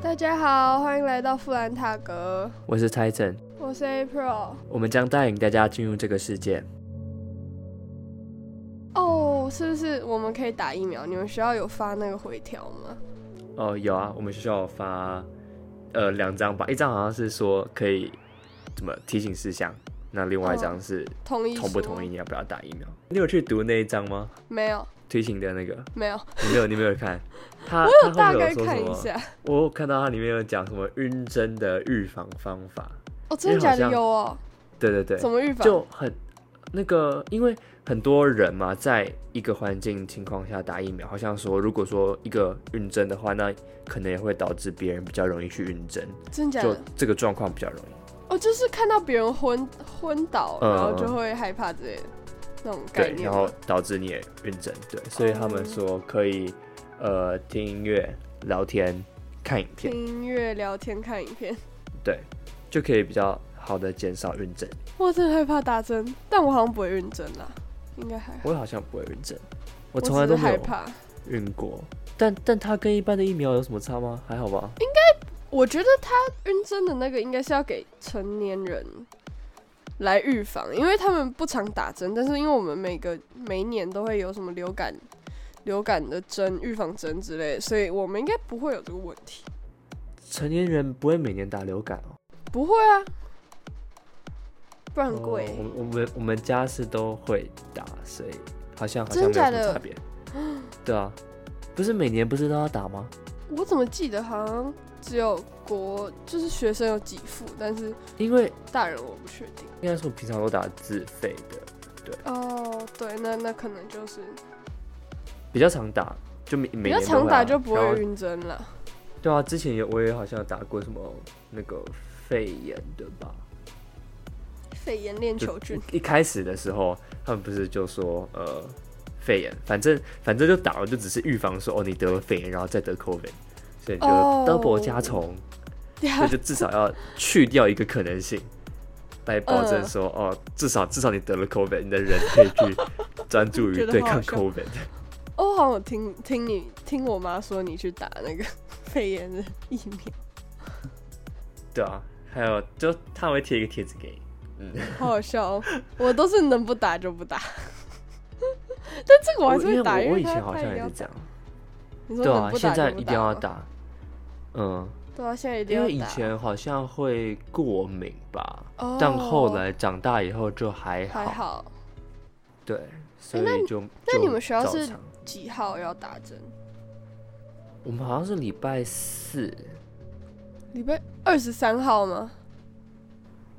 大家好，欢迎来到富兰塔格，我是 Titan，我是 April。我们将带领大家进入这个世界。哦，是不是我们可以打疫苗？你们学校有发那个回条吗？哦，有啊，我们学校有发呃两张吧，一张好像是说可以怎么提醒事项，那另外一张是同意同不书吗同意？你要不要打疫苗？你有去读那一张吗？没有，提醒的那个，没有，你没有，你没 有看？他我有他大后面概有说看什一么？下。我有看到它里面有讲什么晕针的预防方法，哦，真的因为假好的像有哦？对对对，怎么预防？就很那个，因为很多人嘛，在一个环境情况下打疫苗，好像说，如果说一个晕针的话，那可能也会导致别人比较容易去晕针，真假就的？这个状况比较容易。哦，就是看到别人昏昏倒，嗯然后就会害怕之类的那种概对，念然吗。后导致你也晕针，对，所以他们说可以呃听音乐、聊天、看影听片，音乐、聊天、看影片。对，就可以比较好的减少晕针。我真的害怕打针，但我好像不会晕针啦，应该还好。我好像不会晕针，我我从来只都是没害有怕。晕过。但但它跟一般的疫苗有什么差吗？还好吧。我觉得他晕针的那个应该是要给成年人来预防，因为他们不常打针，但是因为我们每个每一年都会有什么流感、流感的针、预防针之类的，所以我们应该不会有这个问题。成年人不会每年打流感哦。不会啊，不然很贵、哦我我们我们家是都会打，所以好像好像没真有假什的么差别。对啊，不是每年不是都要打吗？我怎么记得好像只有国就是学生有给付，但是因为大人我不确定。应该说平常都打自费的，哦，对，那那可能就是比较常打，就每每比年较都常会打啊就不然后会晕针了。对啊，之前也我也好像打过什么那个肺炎的吧，肺炎链就球菌。一一开始的时候，他们不是就说呃肺炎，反正反正就打了，就只是预防说哦你得了肺炎，然后再得 COVID，所以你就哦 double 加重。 对啊那就至少要去掉一个可能性，来保证呃说、哦，至少至少你得了 COVID，你的人可以去专注于觉得对好好抗笑 COVID。哦，好像有听听你听我妈说你去打那个 肺炎的疫苗，对啊，还有就他会贴一个贴纸给你，嗯，好好笑哦！我都是能不打就不打， 但这个我还是因为会打，我我以它前好它像一定也要是这样，打，你说对啊能，不现打在就不一定要吗，打，嗯，对啊，现在一定因要为打。以前好像会过敏吧，哦，但后来长大以后就还好，还好，对，所那以就那就你们学校照是常几号要打针？我们好像是礼拜四礼拜二十三号吗？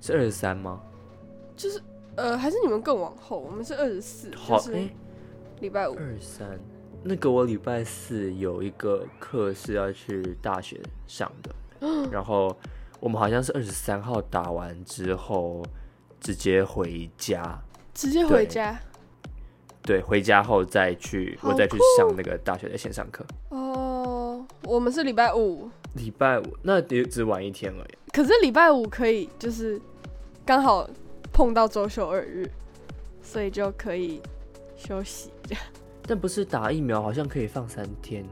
是二十三吗？就是呃，还是你们更往后？我们是二十四，好就哎。是礼拜五。二三，那个我礼拜四有一个课是要去大学上哦的，然后我们好像是二十三号打完之后直接回家，直接对回家对，回家后再去好我再去酷上那个大学的线上课。哦。我们是礼拜五，礼拜五那也只晚一天而已，可是礼拜五可以，就是刚好碰到周休二日，所以就可以休息。但不是打疫苗好像可以放三天，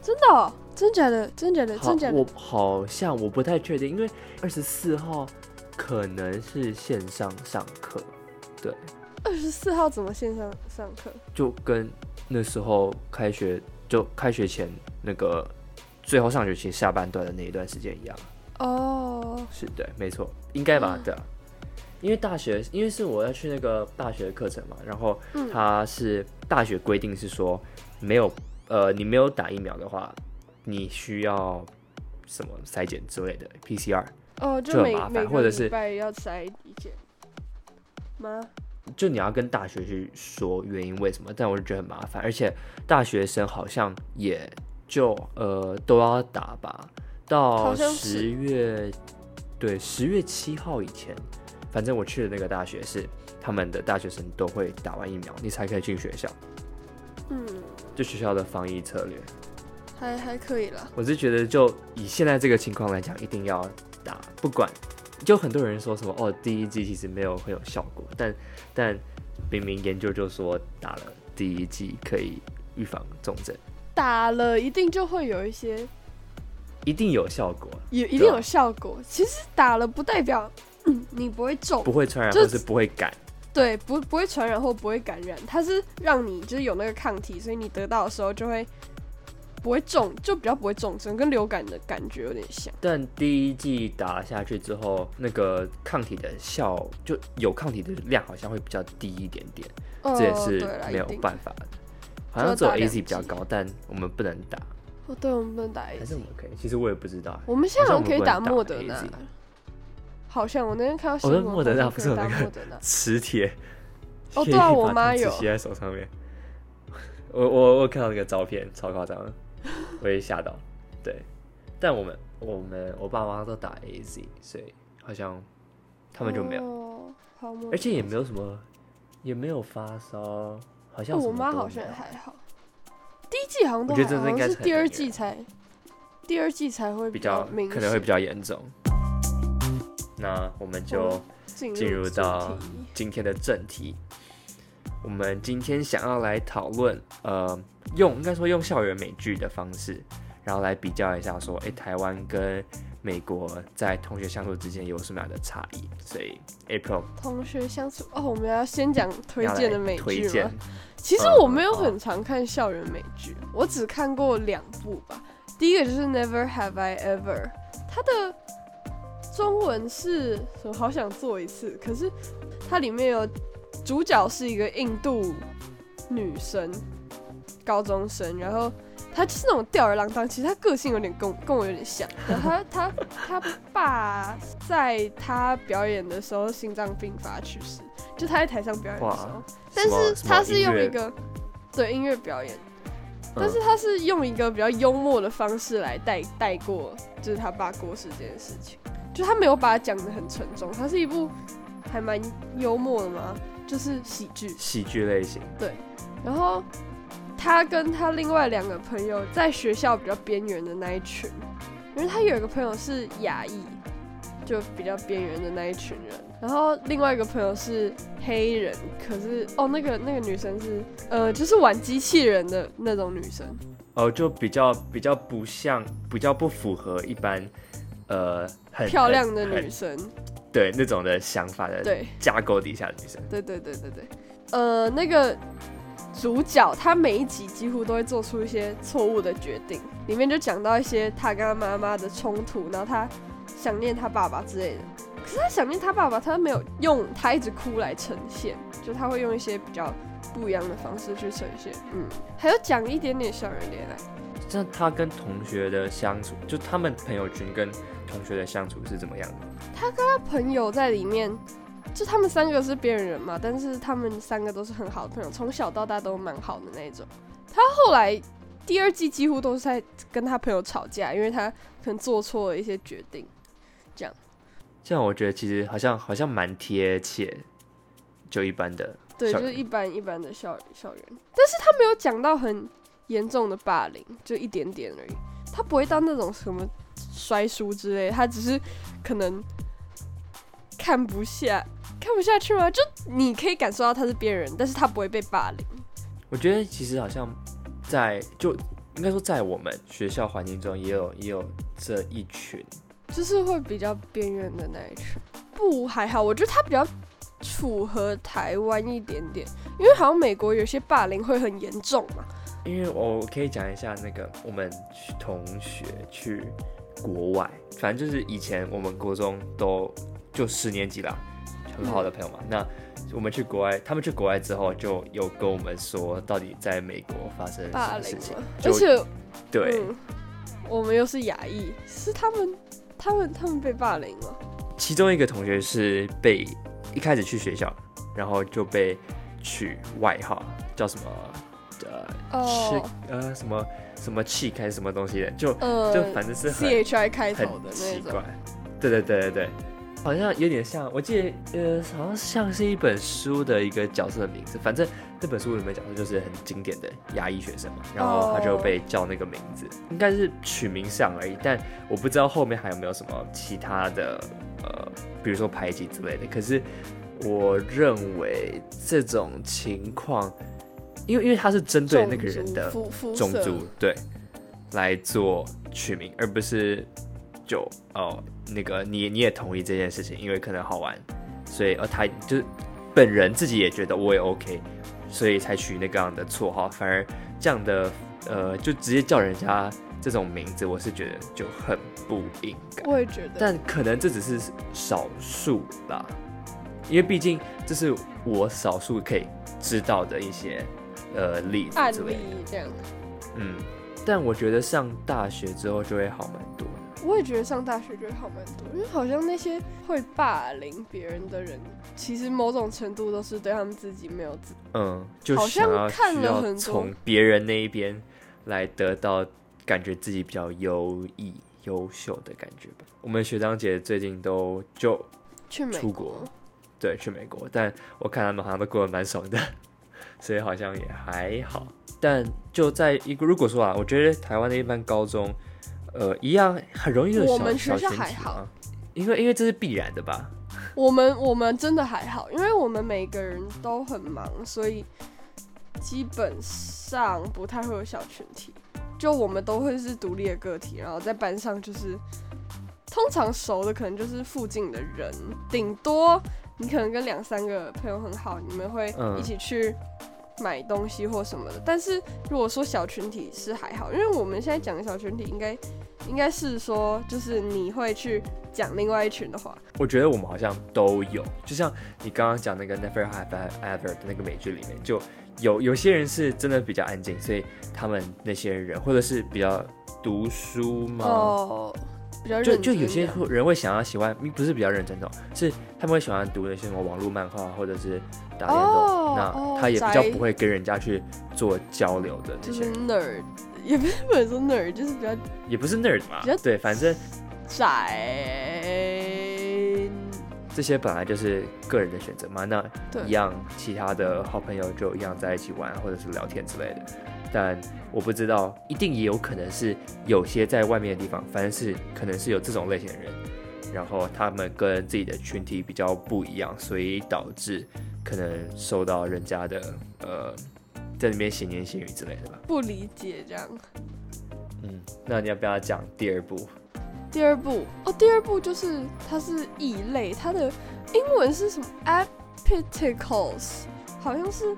真的哦、真假的？真假的？好真假，的？我好像我不太确定，因为二十四号可能是线上上课，二十四号怎么线上上课？就跟那时候开学就开学前那个最后上学期下半段的那一段时间一样，哦，是对，没错，应该吧？对啊，因为大学，因为是我要去那个大学课程嘛，然后嗯它是大学规定是说没有呃，你没有打疫苗的话，你需要什么筛检之类的 PCR，哦，就就很每麻烦每或个者是礼拜要筛一检吗？就你要跟大学去说原因为什么，但我就觉得很麻烦，而且大学生好像也就呃都要打吧，好到像是十月，对，十月七号以前，反正我去的那个大学是他们的大学生都会打完疫苗，你才可以进学校，嗯，就学校的防疫策略。还还可以啦。我是觉得，就以现在这个情况来讲，一定要打，不管。就很多人说什么哦，第一季其实没有很有效果，但但明明研究就说打了第一季可以预防重症，打了一定就会有一些一定有效果，也一对定啊有效果。其实打了不代表、嗯你不会中，不会传染就或是不会感。对，不不会传染或不会感染，它是让你就是有那个抗体，所以你得到的时候就会不会中，就比较不会中针，跟流感的感觉有点像。但第一剂打下去之后，那个抗体的效就有抗体的量好像会比较低一点点，哦这也是对啦没有一定办法的。好像只就有打 A 两 Z 比较剂高，但我们不能打，哎哦，对，我们不能打 A 还 Z 是我们可以？其实我也不知道欸。我们现在好好像像我们可以不能打打莫德 AZ 纳，好像我那天看到新哦那闻，莫德纳不是有打那个莫德纳？磁铁，哦可对啊以我把妈藤子有吸在手上面。我我我看到那个照片，超夸张的，我也吓到。对，但我们我们我爸妈都打 A Z，所以好像他们就哦没有，有，好莫德而且也没有什么，也没有发烧，好像哦什我么妈都好没像有还好，第一季好像都我觉还得好，这应好该像是是第很二严季才，第二季才会比较明可能会比较较严重。那我们就。嗯明显进进入入到主题今天的正题。我们今天想要来讨论，呃，用应该说用校园美剧的方式，然后来比较一下说，诶，台湾跟美国在同学相处之间有什么样的差异？所以 April 同学相处哦，我们要先讲推要来荐的美推剧荐吗？其实嗯我没有嗯嗯很常看校园美剧，我只看过两部吧。第一个就是《Never Have I Ever》，它的中文是什么？好想做一次，可是它里面有主角是一个印度女生，高中生，然后她就是那种吊儿郎当，其实她个性有点跟我跟我有点 像。然后她她她爸在她表演的时候心脏病发去世，就她在台上表演的时候哇。但什么是什么他是音用乐一个对音乐表演，嗯但是他是用一个比较幽默的方式来带带过，就是他爸过世这件事情，就他没有把它讲的很沉重，它是一部还蛮幽默的嘛，就是喜剧。喜剧类型，然后他跟他另外两个朋友在学校比较边缘的那一群，因为他有一个朋友是亚裔，就比较边缘的那一群人。然后另外一个朋友是黑人，可是哦，那个那个女生是呃，就是玩机器人的那种女生。哦、就比较比较不像，比较不符合一般，呃，很漂亮的很很女生，对那种的想法的对架构底下的女生，对对对对对，呃，那个主角他每一集几乎都会做出一些错误的决定，里面就讲到一些他跟他妈妈的冲突，然后他想念他爸爸之类的。可是他想念他爸爸，他没有用他一直哭来呈现，就他会用一些比较不一样的方式去呈现。嗯，还有讲一点点校园恋爱。那他跟同学的相处，就他们朋友群跟同学的相处是怎么样的？朋友在里面，就他们三个是边缘人嘛，但是他们三个都是很好的朋友，从小到大都蛮好的那一种。他后来第二季几乎都是在跟他朋友吵架，因为他可能做错了一些决定。这样我觉得其实好像好像蛮贴切，就一般的对，校就是园一般一般的校校园，但是他没有讲到很严重的霸凌，就一点点而已。他不会到那种什么摔书之类，他只是可能看不下看不下去吗？就你可以感受到他是别人，但是他不会被霸凌。我觉得其实好像在就应该说在我们学校环境中也有也有这一群，就是会比较边缘的那一群。不还好，我觉得他比较符合台湾一点点，因为好像美国有些霸凌会很严重嘛。因为我可以讲一下那个我们同学去国外，反正就是以前我们国中都就十年级啦，很好的朋友嘛。那我们去国外，他们去国外之后就有跟我们说，到底在美国发生了什霸么凌事情嘛。，就而且对，嗯，我们又是亚裔，是他们，他们，他们被霸凌了。其中一个同学是被一开始去学校，然后就被取外号叫什么呃是哦，呃什么什么 cheek 还是什么东西的，就呃，就反正是很 C H I 开头的很那奇种怪，。对对对对对，好像有点像，我记得呃好像像是一本书的一个角色的名字，反正那本书里面角色就是很经典的牙医学生嘛，然后他就被叫那个名字，应该是取名上而已，但我不知道后面还有没有什么其他的呃，比如说排挤之类的。可是我认为这种情况，因为因为他是针对那个人的种族肤肤种色族，对，来做取名，而不是就哦那个你你也同意这件事情，因为可能好玩，所以呃他就是本人自己也觉得我也 OK，所以才取那个样的绰号，反而这样的呃就直接叫人家这种名字，我是觉得就很不应该。我也觉得，但可能这只是少数啦，因为毕竟这是我少数可以知道的一些呃例子案之例类的。这样，嗯，但我觉得上大学之后就会好蛮多的。我也觉得上大学就会好蛮多，因为好像那些会霸凌别人的人，其实某种程度都是对他们自己没有自嗯，就好像想要看需了很要多从别人那一边来得到感觉自己比较优异、优秀的感觉吧。我们学长姐最近都就去美出国，对去美国，但我看他们好像都过得蛮爽的，所以好像也还好。但就在一个如果说啊，我觉得台湾的一般高中，呃，一样很容易就我小们小学校群还体好嘛，因为因为这是必然的吧。我们我们真的还好，因为我们每个人都很忙，所以基本上不太会有小群体。就我们都会是独立的个体，然后在班上就是，通常熟的可能就是附近的人，顶多你可能跟两三个朋友很好，你们会嗯一起去买东西或什么的。但是如果说小群体是还好，因为我们现在讲的小群体应该应该是说，就是你会去讲另外一群的话，我觉得我们好像都有，就像你刚刚讲那个 Never Have I Ever 的那个美剧里面，就有有些人是真的比较安静，所以他们那些人或者是比较读书嘛，哦，比较认就真就有些这样人会想要喜欢，不是比较认真的哦，是他们会喜欢读那些什么网络漫画或者是打电动，哦哦那他也比较宅不会跟人家去做交流的这就些是人， nerd，也不是不能说 nerd，就是比较也不是 nerd 嘛比较，对，反正宅。这些本来就是个人的选择嘛，那对一样，其他的好朋友就一样在一起玩或者是聊天之类的。但我不知道，一定也有可能是有些在外面的地方，反正是可能是有这种类型的人，然后他们跟自己的群体比较不一样，所以导致可能受到人家的呃在里面闲言闲语之类的吧。不理解这样。嗯，那你要不要讲第二部？第二部哦，第二部就是它是异类，它的英文是什么 a p i t i c l e s 好像是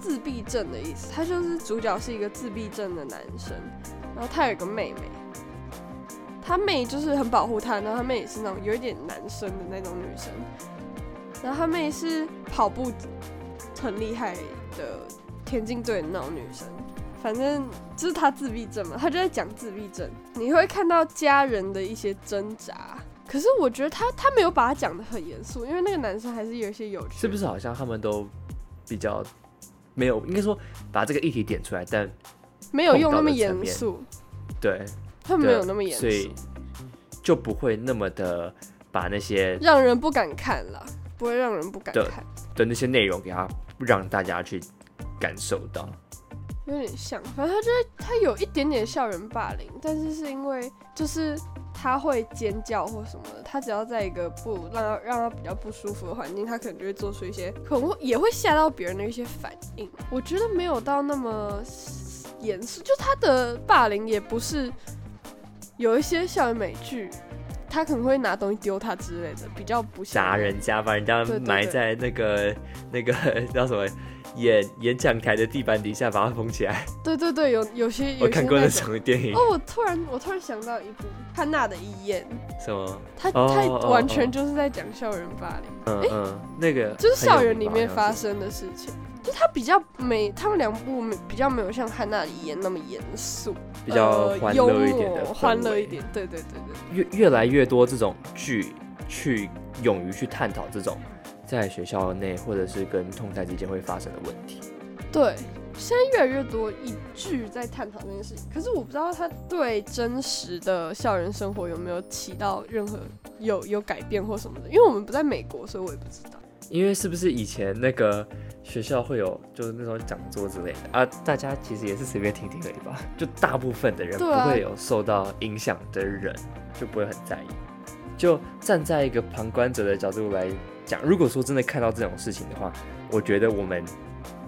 自闭症的意思。它就是主角是一个自闭症的男生，然后他有一个妹妹，他妹就是很保护他，然后他妹也是那种有一点男生的那种女生，然后他妹是跑步很厉害的田径队的那种女生。反正就是他自闭症嘛，他就在讲自闭症，你会看到家人的一些挣扎。可是我觉得他他没有把他讲的很严肃，因为那个男生还是有一些有趣，是不是好像他们都比较没有，应该说把这个议题点出来，但没有用那么严肃？对，他对没有那么严所以肃，就不会那么的把那些让人不敢看了，不会让人不敢对看，的那些内容给他让大家去感受到。有点像。反正他就是他有一点点校园霸凌，但是是因为就是他会尖叫或什么的，他只要在一个不让他让他比较不舒服的环境，他可能就会做出一些可能会也会吓到别人的一些反应。我觉得没有到那么严肃，就他的霸凌也不是有一些校园美剧，他可能会拿东西丢他之类的，比较不像砸人家，把人家对对对埋在那个 那个叫什么演演讲台的地板底下，把它封起来。对对对，有有些有我些看过那那种。种电影，哦，我突然我突然想到一部《汉娜的遗言》，什么他哦他哦完哦全就是在讲校园霸凌，嗯嗯，那个就是很有校园名里吧面好像发是生的事情。就他比较没，他们两部没比较没有像《汉娜的遗言》那么严肃，比较呃欢幽乐一点的默欢氛乐一围点。对对对对，越越来越多这种剧去勇于去探讨这种在学校内或者是跟同台之间会发生的问题。对，现在越来越多一剧在探讨这件事情，可是我不知道他对真实的校园生活有没有起到任何有有改变或什么的，因为我们不在美国，所以我也不知道。因为是不是以前那个学校会有就是那种讲座之类的啊？大家其实也是随便听听而已吧，就大部分的人不对啊会有受到影响的人就不会很在意。就站在一个旁观者的角度来讲，如果说真的看到这种事情的话，我觉得我们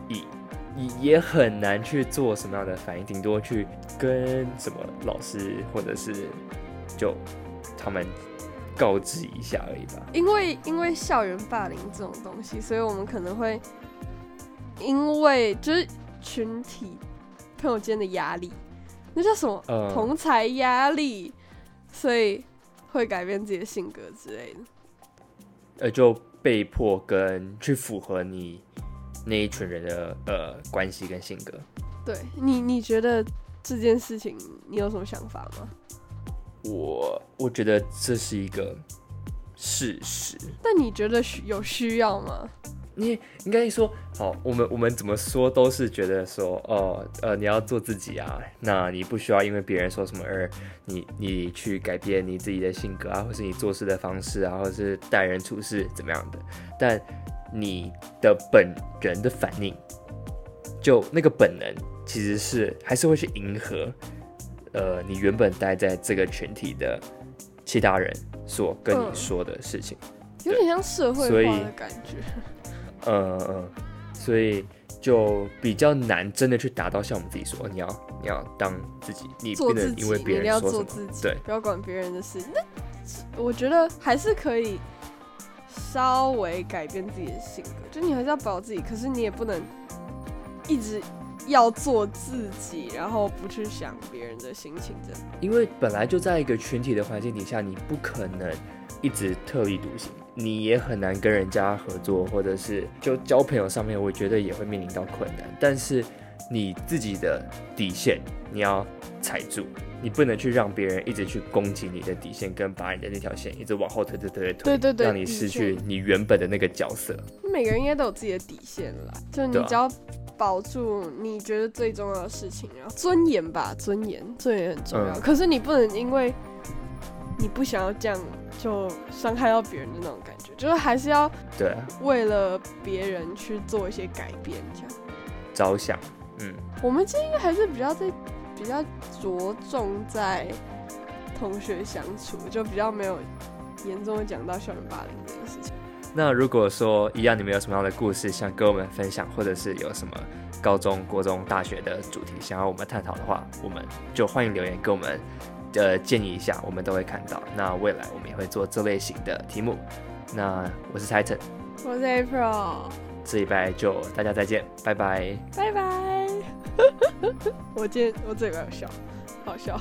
以你也很难去做什么样的反应，顶多去跟什么老师或者是就他们告知一下而已吧。因为因为校园霸凌这种东西，所以我们可能会因为就是群体朋友间的压力，那叫什么、嗯同才压力，所以会改变自己的性格之类的。呃，就被迫跟去符合你那一群人的呃关系跟性格。对你，你觉得这件事情你有什么想法吗？我我觉得这是一个事实，但你觉得需有需要吗？你应该说，好，哦我们我们怎么说都是觉得说，哦，呃，你要做自己啊，那你不需要因为别人说什么而你你去改变你自己的性格啊，或是你做事的方式啊，或者是待人处事怎么样的，但你的本人的反应，就那个本能其实是还是会去迎合，呃，你原本待在这个群体的其他人所跟你嗯说的事情。有点像社会所以化的感觉。嗯嗯，嗯，所以就比较难真的去达到像我们自己说，哦你要你要当自己，你不做自能己，因为你别一定人要说什做么自己，对不要管别人的事情。那我觉得还是可以稍微改变自己的性格，就你还是要保自己，可是你也不能一直要做自己，然后不去想别人的心情这样。因为本来就在一个群体的环境底下，你不可能一直特立独行，你也很难跟人家合作，或者是就交朋友上面，我觉得也会面临到困难。但是你自己的底线你要踩住，你不能去让别人一直去攻击你的底线，跟把你的那条线一直往后推推推推推，对对对让你的失确去你原本的那个角色。每个人应该都有自己的底线啦，就你对啊只要保住你觉得最重要的事情，然后尊严吧，尊严，尊严很重要。嗯可是你不能因为你不想要这样就伤害到别人的那种感觉，就是还是要对啊，为了别人去做一些改变。这样，着想，嗯，我们今天应该还是比较在比较着重在同学相处，就比较没有严重的讲到校园霸凌这件事情。那如果说一样，你们有什么样的故事想跟我们分享，或者是有什么高中、国中、大学的主题想要我们探讨的话，我们就欢迎留言跟我们呃建议一下，我们都会看到。那未来我们也会做这类型的题目。那我是 Titan，我是 April。这礼拜就大家再见，拜拜。 拜拜。我今天我嘴巴有笑，好笑。